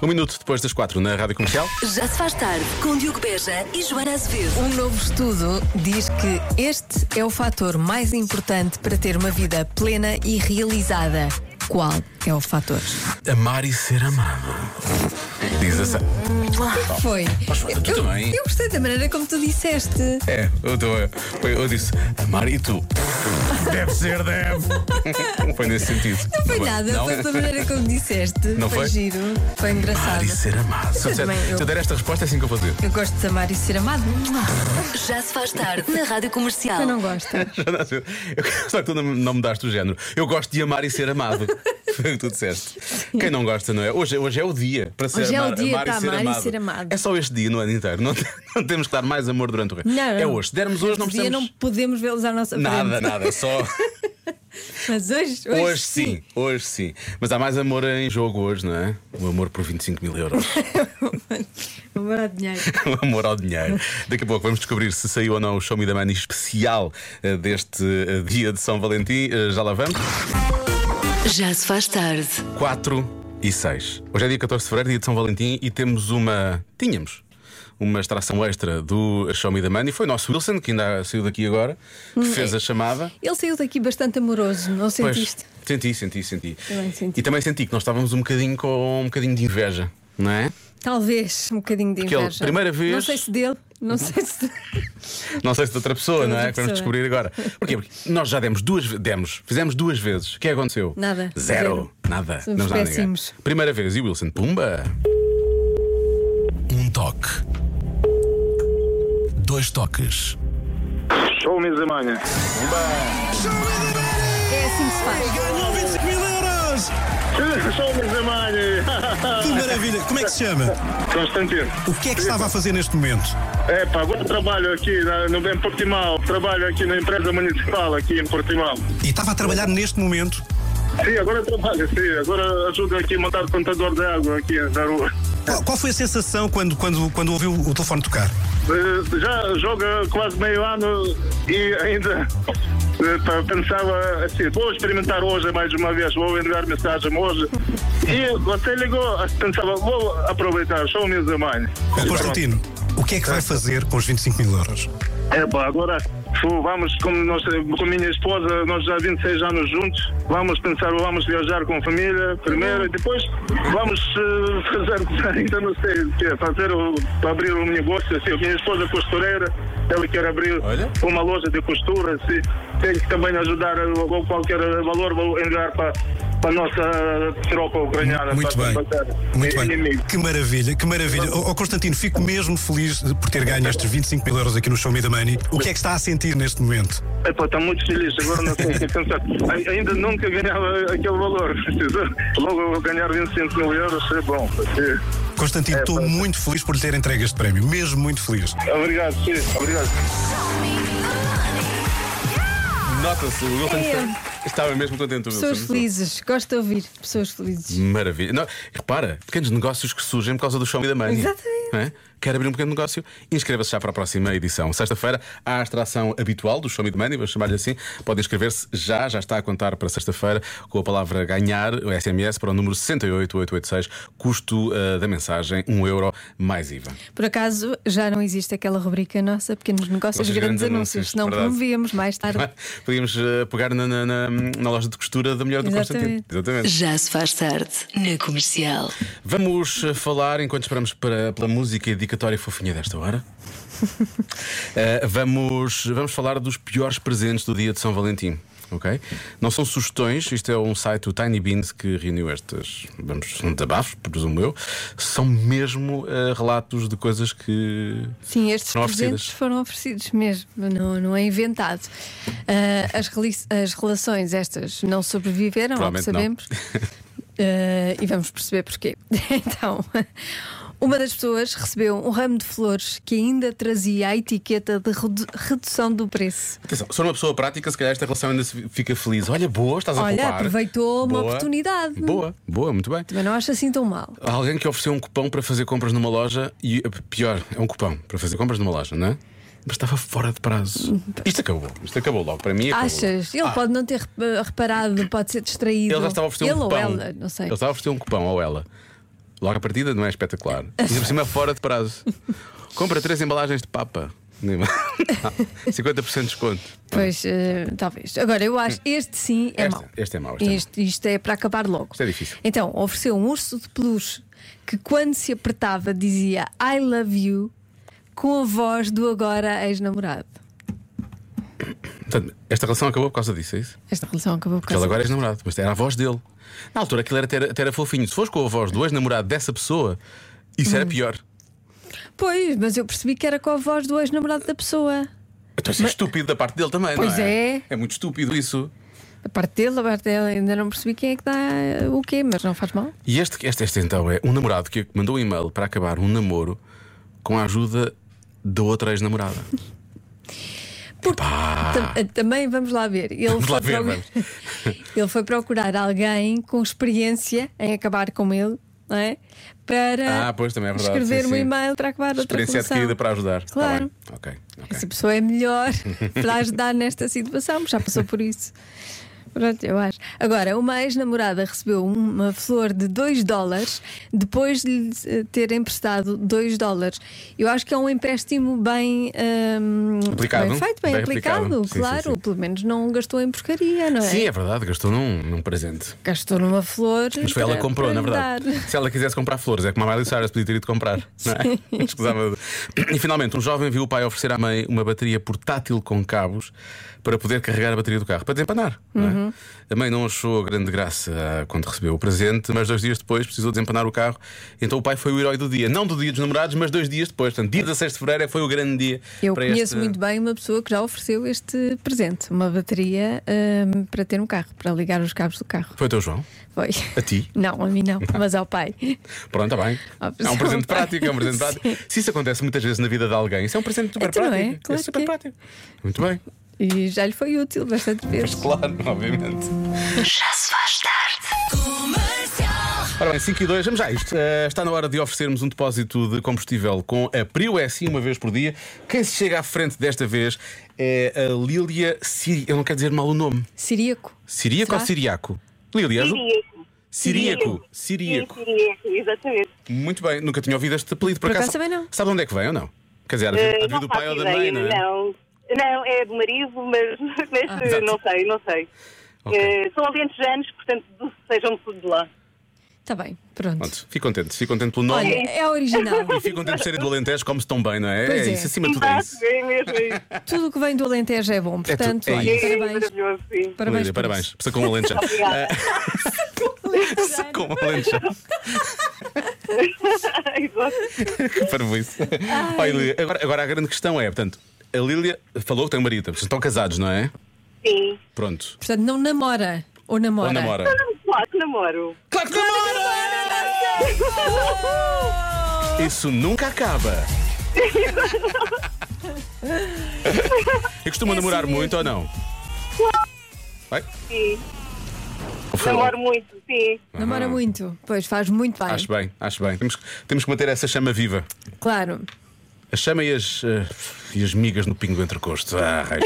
Um minuto depois das quatro na Rádio Comercial. Já se faz tarde com Diogo Beja e Joana Azevedo. Um novo estudo diz que este é o fator mais importante para ter uma vida plena e realizada. Qual é o fator? Amar e ser amado. Diz assim. a Sa- Foi. Joana, tu eu, também. eu gostei da maneira como tu disseste. É, eu, tô, eu, eu disse amar e tu. Deve ser, deve. Foi nesse sentido. Não foi Tá bem. nada, Não? foi da maneira como disseste. Não foi? giro, foi Amar engraçado. e ser amado. Se eu, disser- Também eu. se eu der esta resposta, é assim que eu vou dizer. Eu gosto de amar e ser amado. Já se faz tarde na Rádio Comercial. Eu não gosto. Joana Azevedo, assim. eu- Só que tu não, não mudaste o género. Eu gosto de amar e ser amado. Foi o que tu disseste. Quem não gosta, não é? Hoje, hoje é o dia para ser Hoje é o amar, dia amar para e ser amar e amado. ser amado. É só este dia no ano inteiro. Não, te- não temos que dar mais amor durante o resto. Não, não. É hoje. Se dermos hoje, não Outro dia precisamos. não podemos vê-los à nossa Nada, frente. nada. é Só. Mas hoje, hoje, Hoje, sim. hoje sim. Mas há mais amor em jogo hoje, não é? O amor por 25 mil euros. Vou morar de É um dinheiro. o amor ao dinheiro. Daqui a pouco vamos descobrir se saiu ou não o Show Me the Money especial eh, deste eh, dia de São Valentim. Eh, já lá vamos. Já se faz tarde. 4 e 6. Hoje é dia 14 de fevereiro, dia de São Valentim, e temos uma. Tínhamos. Uma extração extra do Show Me the Money. Foi o nosso Wilson, que ainda saiu daqui agora, que fez a chamada. Ele saiu daqui bastante amoroso, não Pois, sentiste? senti, senti, senti. Também senti. E também senti que nós estávamos um bocadinho com um bocadinho de inveja, não é? Talvez um bocadinho de Porque ele, inveja. primeira vez- Não sei se dele, não sei se. Não sei se de outra pessoa, De não é? outra Que vamos pessoa. descobrir agora. Porquê? Porque nós já demos duas ve- demos, fizemos duas vezes. O que é que aconteceu? Nada. Zero. Zero. Nada. Somos Não dá ninguém. péssimos. Primeira vez, e o Wilson, pumba! Um toque. Dois toques. Show me the money. É assim que se faz. Ganhou 25 mil euros! Show me the money. Que maravilha! Como é que se chama? Constantino. O que é que estava a fazer neste momento? É, pá, agora eu trabalho aqui na, no Bem Portimão. Trabalho aqui na empresa municipal aqui em Portimão. E estava a trabalhar neste momento. Sim, agora eu trabalho, sim. Agora ajudo aqui a montar o contador de água aqui na rua. Qual, qual foi a sensação quando, quando, quando ouviu o telefone tocar? Eh, Já joga quase meio ano e ainda eh, pá, pensava assim, vou experimentar hoje mais uma vez, vou enviar mensagem hoje. E você ligou, pensava, vou aproveitar, show me the money. Ó, Constantino, o que é que vai fazer com os 25 mil euros? É, pá, agora fu, vamos, como nós, com minha esposa, nós já há 26 anos juntos, vamos pensar, vamos viajar com a família primeiro e depois vamos eh, fazer, ainda não sei o quê, fazer, o- para abrir um negócio, assim, minha esposa é costureira, ela quer abrir Olha. uma loja de costura, assim, tem que também ajudar eh, com qualquer valor, vou enviar para para nossa tropa ucraniana. Muito para bem. combater Muito bem. inimigos. Que maravilha, que maravilha. Ó ó, Constantino, fico mesmo feliz de- por ter ganho estes 25 mil euros aqui no Show Me the Money. O que é que está a sentir neste momento? Epá, está muito feliz, agora não sei o que é pensar. Ai- Ainda nunca ganhava aquele valor. Logo eu vou ganhar 25 mil euros é bom. Sim. Constantino, estou muito feliz por lhe ter entregue este prémio. Mesmo muito feliz. Obrigado, sim, obrigado. Nota-se, o Wilson É. está- estava mesmo contente. o Wilson. Pessoas felizes, gosto de ouvir pessoas Hum. felizes. Maravilha. Não, repara, pequenos negócios que surgem por causa do show me da money. Exatamente. Não é? Quer abrir um pequeno negócio? Inscreva-se já para a próxima edição. Sexta-feira há a extração habitual do show me da money, vou chamar-lhe assim. Pode inscrever-se já, já está a contar para sexta-feira com a palavra ganhar, o SMS, para o número 68886, custo eh, da mensagem 1 euro mais IVA. Por acaso, já não existe aquela rubrica nossa, pequenos negócios, Nossos grandes, grandes anúncios. anúncios, Não verdade. promovemos mais tarde. Podíamos eh, pegar na, na- na- na loja de costura da mulher do Exatamente. Constantino. Exatamente. Já se faz tarde na Comercial. Vamos eh, falar, enquanto esperamos para- pela música dedicatória fofinha desta hora. eh, vamos, vamos falar dos piores presentes do dia de São Valentim. ok? Não são sugestões, isto é um site, o Tiny Beans, que reuniu estas vamos, desabafos, presumo eu. São mesmo eh, relatos de coisas que. Sim, estes Foram presentes oferecidas. foram oferecidos mesmo, não, não é inventado. Ah, as, reli- as relações estas não sobreviveram, ao que Provavelmente não. sabemos. Ah, e vamos perceber porquê. Então, uma das pessoas recebeu um ramo de flores que ainda trazia a etiqueta de redu- redução do preço. Atenção, se for uma pessoa prática, se calhar esta relação ainda se fica feliz. Olha, boa, estás a Olha, poupar. aproveitou uma Boa. oportunidade. Boa, boa, muito bem. Também não acho assim tão mal. Há Alguém que ofereceu um cupom para fazer compras numa loja e pior, é um cupom para fazer compras numa loja, não é? Mas estava fora de prazo. Isto acabou, isto acabou logo. Para mim, acabou. Achas? Ele Ah. pode não ter rep- reparado, pode ser distraído. Ele já estava a oferecer Ele um ou cupom. ela, não sei. Ele estava a oferecer um cupom ou ela. Logo à partida não é espetacular. Ainda por cima fora de prazo. Compra três embalagens de papa. Nem mal. 50% de desconto. Pois, eh, talvez. Agora, eu acho este sim Hum. Este- é mau. este é mau, este é mau. Este, isto é para acabar logo. Isto é difícil. Então, ofereceu um urso de peluche que, quando se apertava, dizia I love you com a voz do agora ex-namorado. Portanto, esta relação acabou por causa disso, é isso? Esta relação acabou por Porque ele causa agora é namorado, mas era a voz dele. Na altura aquilo era, até era, até era fofinho. Se fores com a voz do ex-namorado dessa pessoa, isso Hum. era pior. é- Pois, mas eu percebi que era com a voz do ex-namorado da pessoa. Então isso é estúpido da parte dele também, Pois não é? é. É muito estúpido isso. A parte dele, a parte dela, ainda não percebi quem é que dá eh, o quê, mas não faz mal. E este, este, este então é um namorado que mandou um e-mail para acabar um namoro com a ajuda da outra ex-namorada. Porque tam- eh, também vamos lá ver. Ele Vamos lá foi ver, procurar- ele foi procurar alguém com experiência em acabar com ele, não é? Para Ah, pois, também é verdade, escrever sim, um sim. e-mail para acabar outra Experiência relação. adquirida para ajudar. Tá Claro. bem. Ok. ok. Essa pessoa é melhor para ajudar nesta situação, já passou por isso. Pronto, eu acho. Agora, uma ex-namorada recebeu uma flor de 2 dólares depois de lhe eh, ter emprestado 2 dólares. Eu acho que é um empréstimo bem, hum, Aplicado. bem feito, bem, Bem aplicado, aplicado. Sim, claro. sim, sim. Pelo menos não gastou em porcaria, não é? Sim, é verdade, gastou num, num presente. Gastou numa flor. Mas foi ela que para- comprou, para na lhe verdade. dar. Se ela quisesse comprar flores, é como a Miley Cyrus podia ter ido comprar. Não é? Escusava. E finalmente, um jovem viu o pai oferecer à mãe uma bateria portátil com cabos para poder carregar a bateria do carro, para desempanar. não é? Uhum. A mãe não achou grande graça ah, quando recebeu o presente, mas dois dias depois precisou desempanar o carro. Então o pai foi o herói do dia. Não do dia dos namorados, mas dois dias depois. Portanto, dia 16 de fevereiro é que foi o grande dia. Eu para conheço este... muito bem uma pessoa que já ofereceu este presente, uma bateria hum, para ter um carro, para ligar os cabos do carro. Foi o teu João? Foi. A ti? Não, a mim não, mas ao pai. Pronto, está bem. Ah, É um presente pronto. prático, é um presente Sim. prático. Se isso acontece muitas vezes na vida de alguém, isso é um presente super Então é, prático. claro super que é. prático. Muito bem. E já lhe foi útil bastante Mas vezes. claro, obviamente. Já se faz tarde. Comercial. Ora bem, 5 e 2, vamos já a isto. Eh, está na hora de oferecermos um depósito de combustível com a Prio S uma vez por dia. Quem se chega à frente desta vez é a Lília Siri. Eu não quero dizer mal o nome. Siríaco. Siríaco Será? ou Siriaco? Lília, ajuda- Siríaco. Siríaco. Siríaco. Sim, Siríaco, exatamente. Muito bem, nunca tinha ouvido este apelido por, Por acaso também não. Sabe de onde é que vem ou não? Quer dizer, há de Eh, vir- há de vir não do pai faço ou da mãe, ideia, não é? Não. Não, é do marido, mas, mas eh, exato. não sei, não sei. Ok. Eh, são alentejanos, portanto, do- sejam tudo de lá. Está Tá bem, pronto. Pronto, fico contente, fico contente pelo nome. Olha, é original. E fico contente de serem do Alentejo, como se tão bem, não é? Pois é. isso, acima de tudo é Exato, isso. é mesmo isso. Tudo o que vem do Alentejo é bom. Portanto, é olha, isso. É parabéns. maravilhoso, sim. Parabéns. Lídia, por parabéns. isso. Precisa com o Alentejo. Obrigada. Precisa com o Alentejo. Exato. Que parvoíce. Olha, Lília, agora, agora a grande questão é, portanto, a Lília falou que tem um marido, vocês estão casados, não é? Sim. Pronto. Portanto, não namora. Ou namora. Ou namora? Claro que namoro. Claro que namora! Isso nunca acaba. E É costuma assim namorar muito ou não? Vai? Sim. Foi logo. Namoro muito, sim. Uhum. Namora muito. Pois faz muito bem. Acho bem, acho bem. Temos, que- temos que manter essa chama viva. Claro. A chama e as, eh, e as migas no pingo entre costos. Ah, raio.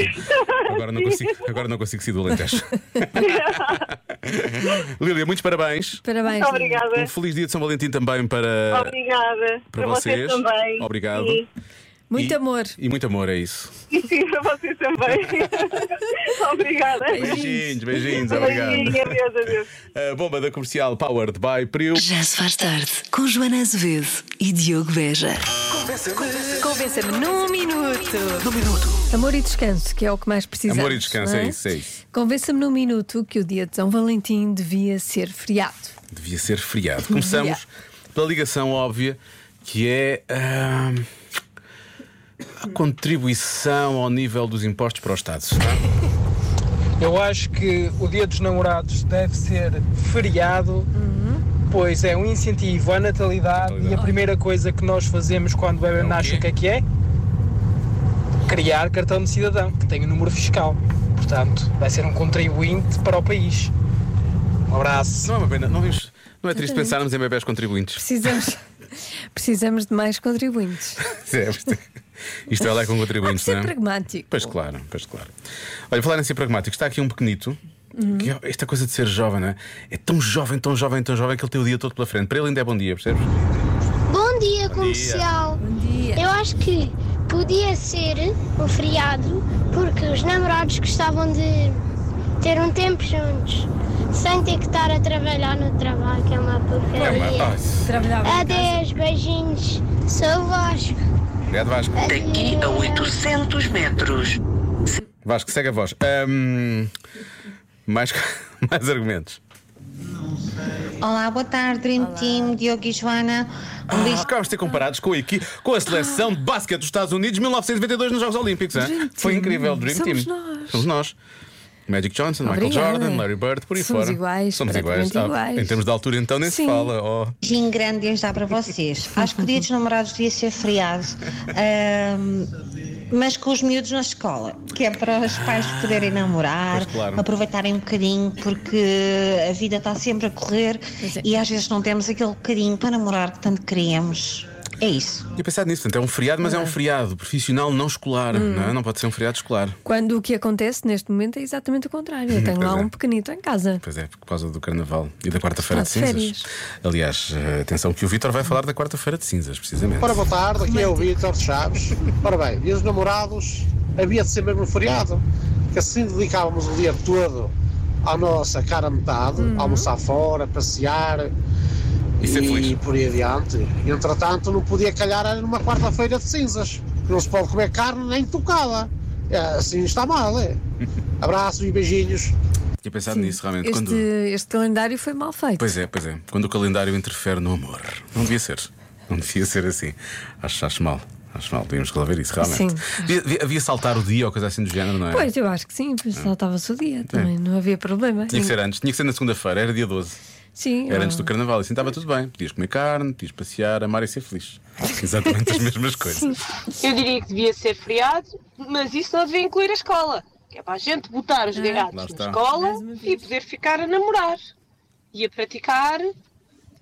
agora, não consigo, agora não consigo sair do Alentejo. Lília, muitos parabéns. Parabéns. Muito Lídia. obrigada. Um feliz dia de São Valentim também para, Obrigada. para vocês. vocês. também. Obrigado. Sim. Muito E- amor. E muito amor, é isso. E sim, para vocês também. obrigada. Beijinhos, beijinhos, obrigado. Beijinho, adeus, adeus. A bomba da comercial Powered by Priu. Já se faz tarde. Com Joana Azevedo e Diogo Beja. Convença-me num minuto. Num minuto. Amor e descanso, que é o que mais precisamos. Amor e descanso, não é isso, é isso. Convença-me num minuto que o dia de São Valentim devia ser feriado. Devia ser feriado. Começamos pela ligação óbvia que é ah, a contribuição ao nível dos impostos para os Estados. Eu acho que o Dia dos Namorados deve ser feriado, pois é um incentivo à natalidade, e a primeira coisa que nós fazemos quando o bebê nasce, o que é que é? Criar cartão de cidadão, que tem o número fiscal. Portanto, vai ser um contribuinte para o país. Um abraço. Não é uma pena, não, vimos- não é triste pensarmos em bebés contribuintes. Precisamos, precisamos de mais contribuintes. É, isto- Isto é lá com Há que contribuintes, ser não é? pragmático. Pois claro, pois claro. Olha, falar em ser pragmático, está aqui um pequenito Uhum. Que é esta coisa de ser jovem, não é? É tão jovem, tão jovem, tão jovem que ele tem o dia todo pela frente. Para ele ainda é bom dia, percebes? Bom dia, comercial. Bom dia. Eu acho que podia ser um feriado porque os namorados gostavam de ter um tempo juntos, sem ter que estar a trabalhar no trabalho, que é uma porcaria. Ah, Trabalhava. Adeus, beijinhos. Sou o Vasco. Obrigado, é Vasco. Daqui a 800 metros. Vasco, segue a voz. Ahm, mais, mais argumentos. Olá, boa tarde, Dream Team, Diogo e Joana. Um beijo. Acabamos Ah, de ser comparados com a, equi- com a seleção de basquete dos Estados Unidos 1992 nos Jogos Olímpicos. hã? Dream Foi Team. incrível, Dream Somos Team. nós. Somos nós. Magic Johnson, Michael Obrigada. Jordan, Larry Bird, por aí Somos fora. iguais, Somos iguais. Ah, praticamente iguais. Em termos de altura, então, nem se Sim. fala. Oh. Beijinho grande desde já para vocês. Acho que o dia dos namorados devia ser feriado, ahm, mas com os miúdos na escola, que é para os pais poderem namorar, Pois, claro. aproveitarem um bocadinho, porque a vida está sempre a correr é. e às vezes não temos aquele bocadinho para namorar que tanto queríamos. É isso. Tinha pensado nisso, portanto, é um feriado, mas é um Ah. feriado profissional não escolar, Hum. não é? Não pode ser um feriado escolar. Quando o que acontece neste momento é exatamente o contrário. Eu tenho Pois lá é. um pequenito em casa. Pois é, por causa do carnaval e da quarta-feira de Está Ah, de cinzas. Aliás, eh, atenção que o Vitor vai falar da quarta-feira de cinzas, precisamente. Ora, boa tarde, aqui é o Vitor Chaves. Ora bem, e os namorados havia de ser mesmo feriado, que assim dedicávamos o dia todo à nossa cara metade, a almoçar fora, passear E ser feliz. por aí adiante. Entretanto, não podia calhar era numa quarta-feira de cinzas. Não se pode comer carne nem tocada. É, assim está mal, é? Abraços e beijinhos. Tinha pensado nisso realmente. Este, Quando... este calendário foi mal feito. Pois é, pois é. Quando o calendário interfere no amor. Não devia ser. Não devia ser assim. Acho, acho mal. Acho mal. Devíamos resolver isso, realmente. Sim. Devia, devia- havia saltar o dia ou coisa assim do género, não é? Pois, eu acho que sim, pois saltava-se o dia também, não havia problema. Tinha que ser antes, tinha que ser na segunda-feira, era dia 12. Sim, oh, Era eu- antes do carnaval, e assim estava tudo bem. Podias comer carne, podias passear, amar e ser feliz. Exatamente as mesmas coisas. Eu diria que devia ser feriado, mas isso não devia incluir a escola. Que é para a gente botar os Lá gaiatos está. na escola Mais uma vez. e poder ficar a namorar e a praticar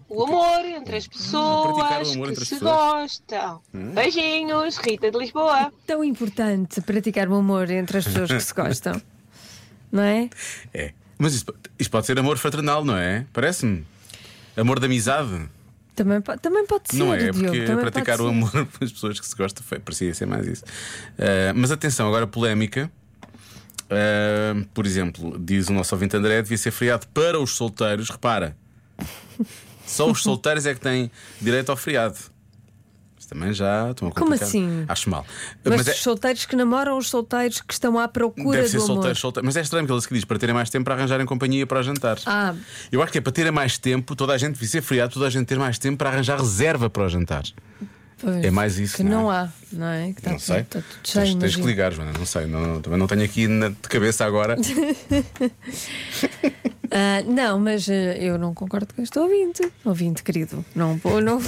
o amor entre praticar as o pessoas amor que entre as se pessoas. gostam. Beijinhos, Rita de Lisboa. tão importante praticar o amor entre as pessoas que se gostam. Não é? É. Mas isto, isto pode ser amor fraternal, não é? Parece-me. Amor de amizade, Também, po- também pode ser. não é? Diogo, Porque também praticar pode o ser. amor pelas pessoas que se gostam foi, parecia ser mais isso. Ah, mas atenção, agora polémica. Ah, por exemplo, diz o nosso ouvinte André, devia ser feriado para os solteiros. Repara, só os solteiros é que têm direito ao feriado. Mas também já estão a Como complicar. assim? Acho mal. Mas, é- os solteiros que namoram, os solteiros que estão à procura Deve ser do amor. solteiro, solteiro. Mas é estranho que ele se diz para terem mais tempo para arranjarem companhia para jantar. Ah. Eu acho que é para terem mais tempo, toda a gente devia ser feriado, toda a gente ter mais tempo para arranjar reserva para o jantar. Pois, É mais isso, Que não é? não, há, não é? Que tá não tudo- sei. tá tudo tens, cheio, tens que imagino. ligar, Joana. Não sei. Não, não- também não tenho aqui na, de cabeça agora. Ah, não, mas eh, eu não concordo com este ouvinte. Ouvinte, querido. Não, vou- não,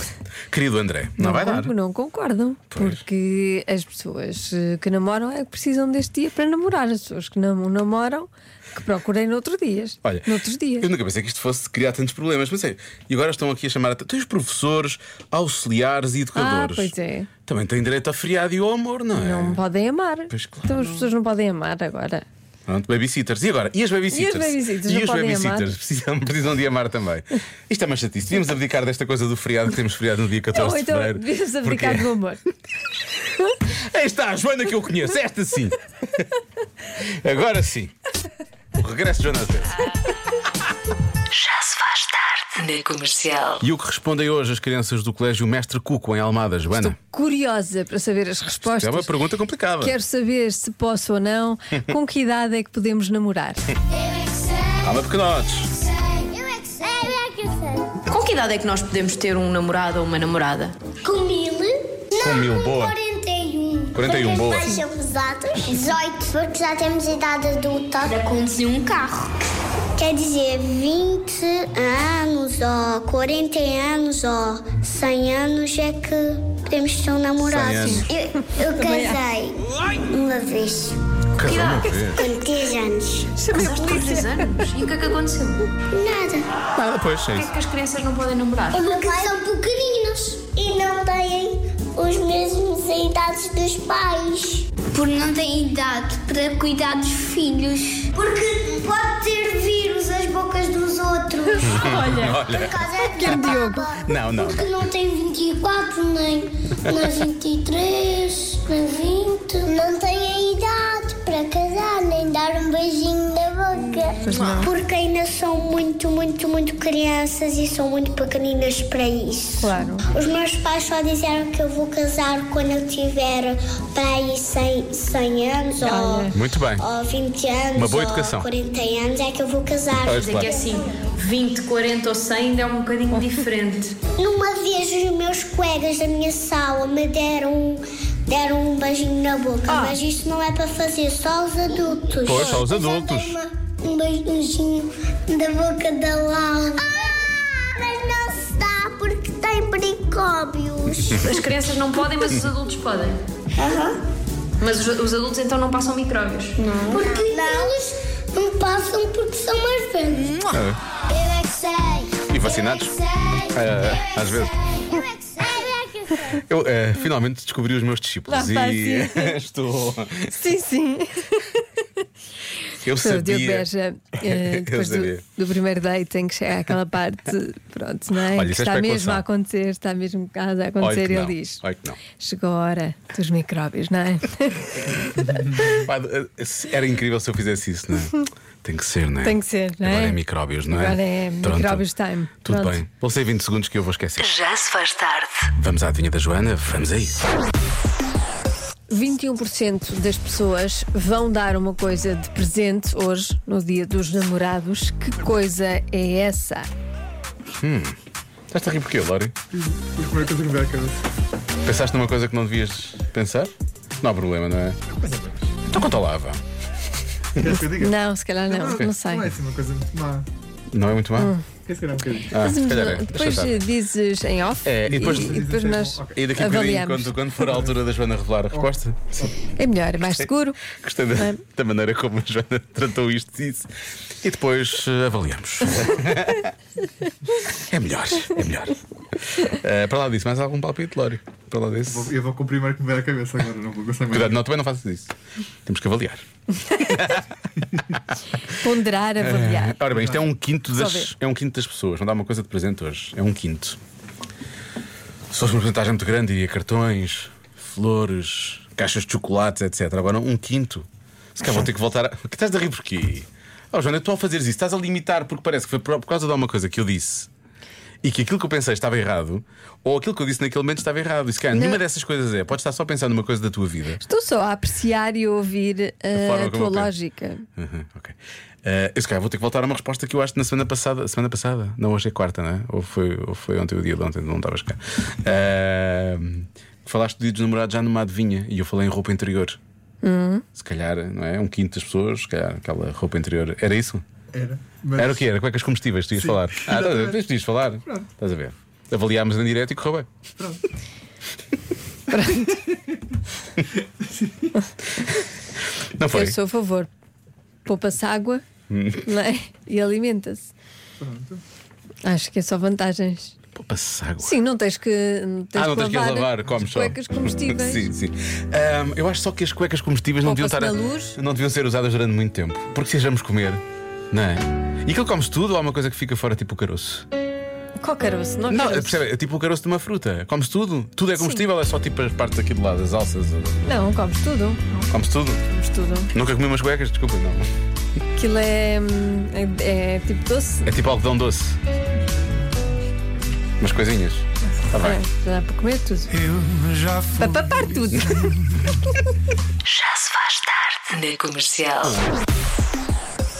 Querido André, não, vai dar. con- Não concordam. Pois. Porque as pessoas eh, que namoram é que precisam deste dia para namorar. As pessoas que não namoram, que procurem noutros dias. Olha, noutros dias. eu nunca pensei que isto fosse criar tantos problemas, mas sei. E agora estão aqui a chamar. a- Tens professores, auxiliares e educadores. Ah, pois é. Também têm direito a feriado e ao amor, não é? Não podem amar. Pois claro. Então as pessoas não podem amar agora. Pronto, babysitters. E agora? E as babysitters? E as babysitters? Não E os podem babysitters amar? precisam, precisam de amar também. Isto é uma chatice. Devíamos abdicar desta coisa do feriado que temos feriado no dia 14 Ou de então fevereiro. devíamos abdicar Porque- do amor. Aí está a Joana que eu conheço. Esta sim. Agora sim. O regresso de Joana Azevedo. Já se faz tarde na comercial. E o que respondem hoje as crianças do Colégio Mestre Cuco em Almada, Joana? Curiosa para saber as respostas. É uma pergunta complicada. Quero saber se posso ou não, com que idade é que podemos namorar? Alma Pequenotes. é Eu é que sei, eu é que sei. Com que idade é que nós podemos ter um namorado ou uma namorada? Com mil? Com mil, boa. 41. 41, boa. Porque os pais são pesados. 18, porque já temos idade adulta. Para conduzir um carro. Quer dizer, 20 anos, ó, 40 anos, ó, 100 anos é que podemos ser um namorado. 100 anos. Eu, eu é. casei uma vez, Casou uma vez. com 10 anos. Casaste com 3 anos? E o que é que aconteceu? Nada. Nada, pois, é Porquê isso. é que as crianças não podem namorar? Porque são pequeninos. E não têm os mesmos idades dos pais. Por não ter idade para cuidar dos filhos. Porque pode ter vírus as bocas dos outros. Olha. Olha. Por é causa da baba. Não, não. Porque não tem 24, nem, nem 23, nem 20. Não tem a idade para casar, nem dar um beijinho na Pois boca. não. Porque ainda são muito, muito, muito crianças e são muito pequeninas para isso. Claro. Os meus pais só disseram que eu vou casar quando eu tiver para aí 100, 100 anos ou, Muito bem. ou 20 anos. Uma boa ou educação. 40 anos é que eu vou casar. Pois, Mas é que claro. assim, 20, 40 ou 100 ainda é um bocadinho diferente. Numa vez os meus colegas da minha sala me deram, deram um beijinho na boca, mas isso não é para fazer, só os adultos. Pois, só os Mas eu adultos. dei uma- um beijinho da boca da Laura. Ah, mas não se dá porque tem pericóbios. As crianças não podem, mas os adultos podem. Mas os, os adultos então não passam micróbios. Não. Porque eles não passam porque são mais velhos. Ah, Eu é que sei. E vacinados? Eu é que sei. ah, às vezes. Eu é que sei. Eu é que sei. Eu eh, finalmente descobri os meus Lá discípulos vai, e sim. estou. Sim, sim. Eu Pronto, Diogo sabia. Beja, eh, Eu depois do, sabia. do primeiro date tem que chegar àquela parte, pronto, não é? Olha, que isso é está mesmo especulação. a acontecer, está mesmo quase a Olha acontecer. que Ele não, diz: Olha que não. chegou a hora dos micróbios, não é? Pá, eh, se- Era incrível se eu fizesse isso, não é? Tem que ser, não é? Tem que ser, não é? Agora é micróbios, não é? Agora é Pronto. micróbios time. Tudo Pronto. bem. Vou ser 20 segundos que eu vou esquecer. Já se faz tarde. Vamos à adivinha da Joana, vamos a isso. 21% das pessoas vão dar uma coisa de presente hoje, no dia dos namorados. Que coisa é essa? Estás a rir porquê, Lori? Como é que eu tenho a cabeça? Pensaste numa coisa que não devias pensar? Não há problema, não é? Então conta lá, vá. Queres que eu diga? Não, se calhar não, não sei. Não é assim uma coisa muito má. Não é muito má? Queres que eu não um bocadinho? Ah, se Mas calhar é. Deixa depois estar. dizes em off É, e depois- e depois nós E daqui a bocadinho, avaliamos. quando, quando for a altura da Joana revelar Oh. a resposta, É melhor, é mais seguro. gostei da, da maneira como a Joana tratou isto disse. E depois eh, avaliamos. é melhor, é melhor. Eh, para lá disso, mais algum palpite, Lório? Para lá disso. Vou- Eu vou com o primeiro que me vier à cabeça agora, não vou pensar mais. Cuidado, não, também não faças isso. Temos que avaliar. Ponderar, avaliar. Ora bem, isto é um quinto Só das, ver. é um quinto das pessoas. Não dá uma coisa de presente hoje. É um quinto. Se fosse uma porcentagem muito grande, diria cartões, flores, caixas de chocolates, etc. Agora, um quinto. Se calhar vou ter que voltar. A... Que estás a rir porquê? Oh, Joana, tu ao fazeres isso, estás a limitar porque parece que foi por, por causa de alguma coisa que eu disse. E que aquilo que eu pensei estava errado, ou aquilo que eu disse naquele momento estava errado. E se calhar Não. nenhuma dessas coisas é. Podes estar só a pensar numa coisa da tua vida. Estou só a apreciar e a ouvir eh, forma como a é tua eu penso. lógica. Uhum, ok. Eh, eu se calhar vou ter que voltar a uma resposta que eu acho que na semana passada. Semana passada? Não, hoje é quarta, não é? Ou foi, ou foi ontem o dia de ontem, não estavas cá. Eh, falaste do dia dos namorados já numa adivinha e eu falei em roupa interior. Hum. Se calhar, não é? Um quinto das pessoas, se calhar aquela roupa interior. Era isso? Era. Mas... Era o que era? Cuecas comestíveis, tu ias Sim. falar. Ah, estás a ver? Exatamente. Tu ias falar. Pronto. Estás a ver? Avaliámos em direto e correu bem. Não foi? Eu sou a favor. Poupa-se água Hum. não é? e alimenta-se. Pronto. Acho que é só vantagens. Poupa-se água. Sim, não tens que. Não tens ah, não que tens que lavar as lavar, comes as só. cuecas comestíveis. sim, sim. Ahm, eu acho só que as cuecas comestíveis não deviam, Poupa-se estar a- na luz. não deviam ser usadas durante muito tempo. Porque sejamos comer, não é? E aquilo comes tudo ou há uma coisa que fica fora, tipo o caroço? Qual caroço? Não, Não, caroço. percebe? É tipo o caroço de uma fruta. Comes tudo? Tudo é comestível, é só tipo as partes aqui de lado, as alças. não, comes tudo. Comes tudo? Comes tudo. Nunca comi umas cuecas? Desculpa, não. Aquilo é, hum, é, é tipo doce. É tipo algodão doce. Umas coisinhas. Tá bem. É, já dá para comer tudo. Eu já fui. Para papar tudo. Já se faz tarde. Na comercial.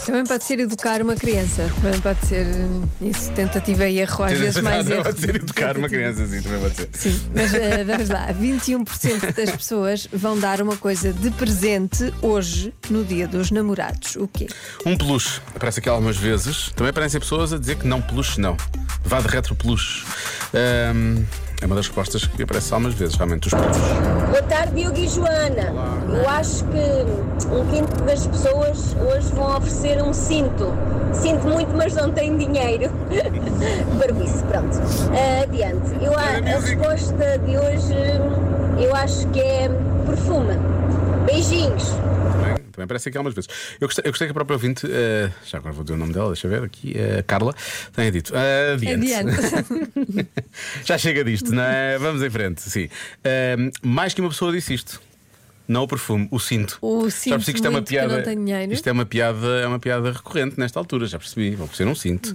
Também pode ser educar uma criança. Também pode ser hum, isso, tentativa e erro, É, às vezes mais Não, erro. pode ser educar uma criança assim, também pode ser. Sim, mas eh, vamos lá. 21% das pessoas vão dar uma coisa de presente hoje, no dia dos namorados. O quê? Um peluche. Aparece aqui algumas vezes. Também aparecem pessoas a dizer que não, peluche não. Vá de retro peluche. Ahm, é uma das respostas que aparece algumas vezes, realmente, os peluches. Boa tarde, Diogo e Joana. Eu acho que um quinto das pessoas hoje vão oferecer um cinto. Sinto muito, mas não tenho dinheiro. Barbice, pronto. Ah, adiante. Eu, a, a resposta de hoje eu acho que é perfume. Beijinhos. Também, também parece aqui algumas vezes. Eu gostei, eu gostei que a própria ouvinte, eh, já agora vou dizer o nome dela, deixa eu ver aqui, eh, Carla, tenha dito. eh, adiante. É já chega disto, não é? Vamos em frente, sim. Eh, mais que uma pessoa disse isto. Não o perfume, o cinto. O já cinto percebi que isto é uma muito que piada. não tenho dinheiro. Isto é uma piada, é uma piada recorrente nesta altura, já percebi. Vou ser um cinto.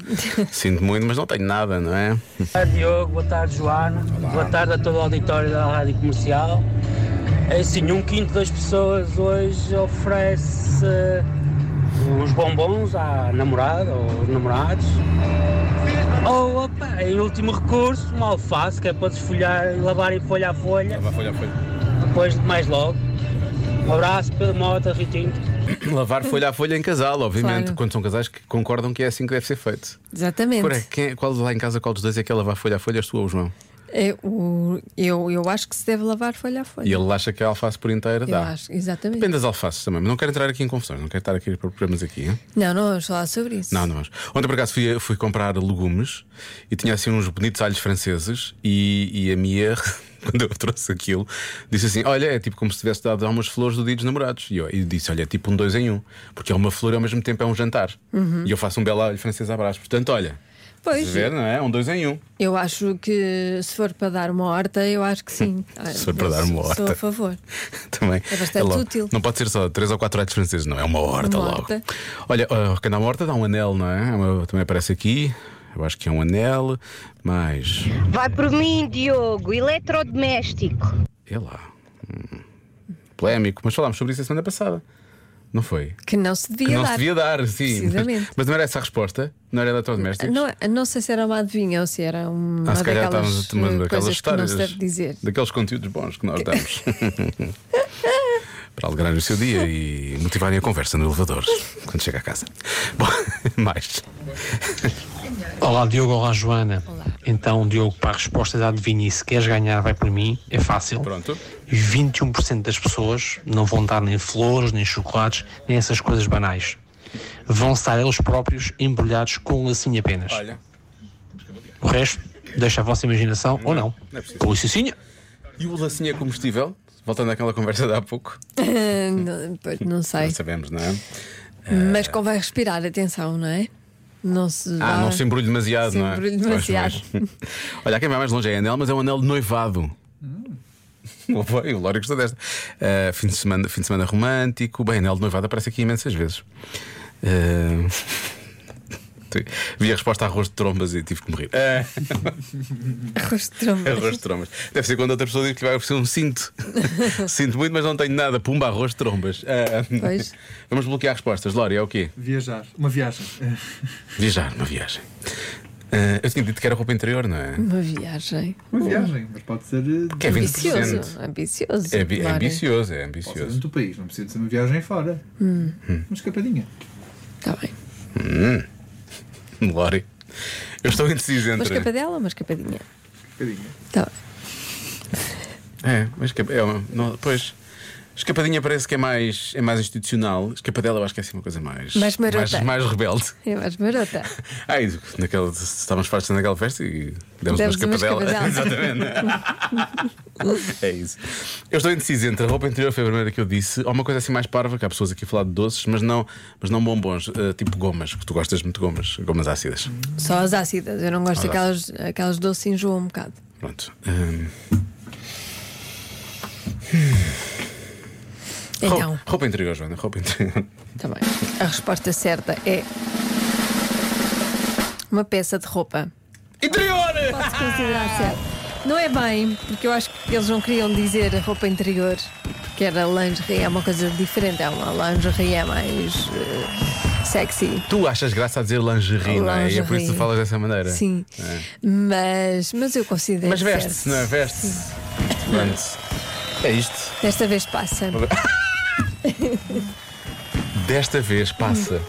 Sinto muito, mas não tenho nada, não é? Boa tarde, Diogo. Boa tarde, Joana. Boa tarde a todo o auditório da Rádio Comercial. É assim, um quinto das pessoas hoje oferece uns bombons à namorada ou namorados. Ou, opa, em último recurso, uma alface, que é para desfolhar, lavar e folha a folha. Lavar folha a folha. Depois, mais logo. Um abraço, Pedro Mota, Ritinto. Lavar folha a folha em casal, obviamente. Claro. Quando são casais que concordam que é assim que deve ser feito. Exatamente. Qual é- quem- qual lá em casa, qual dos dois é que é lavar folha a folha? És tu ou o João? É o- eu, eu acho que se deve lavar folha a folha. E ele acha que a alface por inteira Eu dá. acho, exatamente. Depende das alfaces também, mas não quero entrar aqui em confusões, não quero estar aqui por problemas aqui. Hein? Não, não vamos falar sobre isso. Não, não vamos. Ontem por acaso fui, fui comprar legumes e tinha assim uns bonitos alhos franceses e, e a Mia, quando eu trouxe aquilo, disse assim: Olha, é tipo como se tivesse dado algumas flores do dia dos namorados. E eu e disse: Olha, é tipo um dois em um, porque é uma flor e ao mesmo tempo é um jantar. Uhum. E eu faço um belo alho francês à brás. Portanto, olha, Pois, estás a ver, não é? É Um dois em um. eu acho que se for para dar uma horta, eu acho que sim. Se for para dar uma Sou horta. a favor. Também. É bastante logo. útil. Não pode ser só três ou quatro alhos franceses, não. É uma horta Uma logo. horta. Olha, uh, quem dá uma horta dá um anel, não é? É uma- Também aparece aqui. Eu acho que é um anel, mas. Vai por mim, Diogo, eletrodoméstico. É lá. Hum. Polémico. Mas falámos sobre isso a semana passada. Não foi? Que não se devia que não dar. se devia dar, sim. Mas, Precisamente. mas não era essa a resposta? Não era eletrodomésticos? Ah, Não, não sei se era uma adivinha ou se era uma Ah, se calhar daquelas, estávamos a tomar eh, daquelas coisas que não se histórias. deve dizer. Daqueles conteúdos bons que nós damos. Para alegrar o seu dia e motivarem a conversa no elevador quando chega a casa. Bom, mais. Olá Diogo, olá Joana. Então, Diogo, para a resposta da adivinha, se queres ganhar, vai por mim, é fácil. Pronto. 21% das pessoas não vão dar nem flores, nem chocolates, nem essas coisas banais. Vão estar eles próprios embrulhados com um lacinho apenas. Olha. O resto, deixa a vossa imaginação ou não. Não é preciso. Com licencinha. E o lacinho é combustível? Voltando àquela conversa de há pouco. não, pois, não sei. Não sabemos, não é? Mas convém respirar, atenção, não é? Não se. Ah, vá- não se embrulhe demasiado, Se não é? embrulhe Pois, demasiado. pois. Olha, quem vai mais longe é anel, mas é um anel de noivado. Hum. O apoio, o Lório gostou desta. Ah, fim, de semana, fim de semana romântico. Bem, anel de noivado aparece aqui imensas vezes. Ah, Vi a resposta a arroz de trombas e tive que morrer. Ah, Arroz de trombas. arroz de trombas. Deve ser quando outra pessoa diz que lhe vai oferecer um cinto. Sinto muito, mas não tenho nada. Pumba, arroz de trombas. Ah, Pois. Vamos bloquear respostas. Lório, é o quê? Viajar. Uma viagem. Viajar, uma viagem. Ah, eu tinha dito que era roupa interior, não é? Uma viagem. Uma viagem, mas pode ser. eh, Que é 20%. Ambicioso. Ambicioso. É, ambi- é claro. ambicioso, é Pode ser ambicioso. dentro do país, não precisa de ser uma viagem fora. Hum. Uma escapadinha. Está Tá bem. Hum. Lori. Eu estou indeciso Uma entre. escapadela, uma escapadinha. Escapadinha. Tá bem. É, mas escapa... é uma... não, pois. Escapadinha parece que é mais, é mais institucional. Escapadela eu acho que é assim uma coisa mais. Mais marota. mais, mais rebelde. É mais barata. Ai, Ah, naquela... estávamos fartos naquela festa e demos uma Demos uma escapadela. escapadela. Exatamente. é isso. Eu estou indeciso entre a roupa interior, foi a primeira que eu disse, ou uma coisa assim mais parva, que há pessoas aqui a falar de doces, mas não, mas não bombons, eh, tipo gomas, porque tu gostas muito de gomas, gomas ácidas. Só as ácidas. Eu não gosto As daquelas aquelas doces enjoam um bocado. Pronto. Hum. Então, Roupa, roupa interior, Joana, roupa interior. tá bem. A resposta certa é. Uma peça de roupa. Interior! Pode-se considerar certo. Não é bem, porque eu acho que eles não queriam dizer roupa interior, porque era lingerie, é uma coisa diferente. É uma lingerie é mais eh, sexy. Tu achas graça a dizer lingerie, não é? E é por isso que Oh, Lingerie. tu falas dessa maneira. Sim. É. Mas, mas eu considero. Mas veste-se, não é? Veste-se. Pronto. É isto. certo. Desta vez passa. Desta vez passa.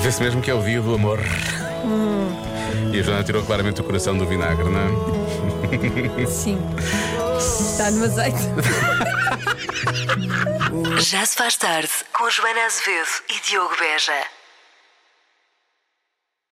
Vê-se mesmo que é o dia do amor. E a Joana tirou claramente o coração do vinagre, não é? Sim. Está no azeite. Já se faz tarde com Joana Azevedo e Diogo Beja.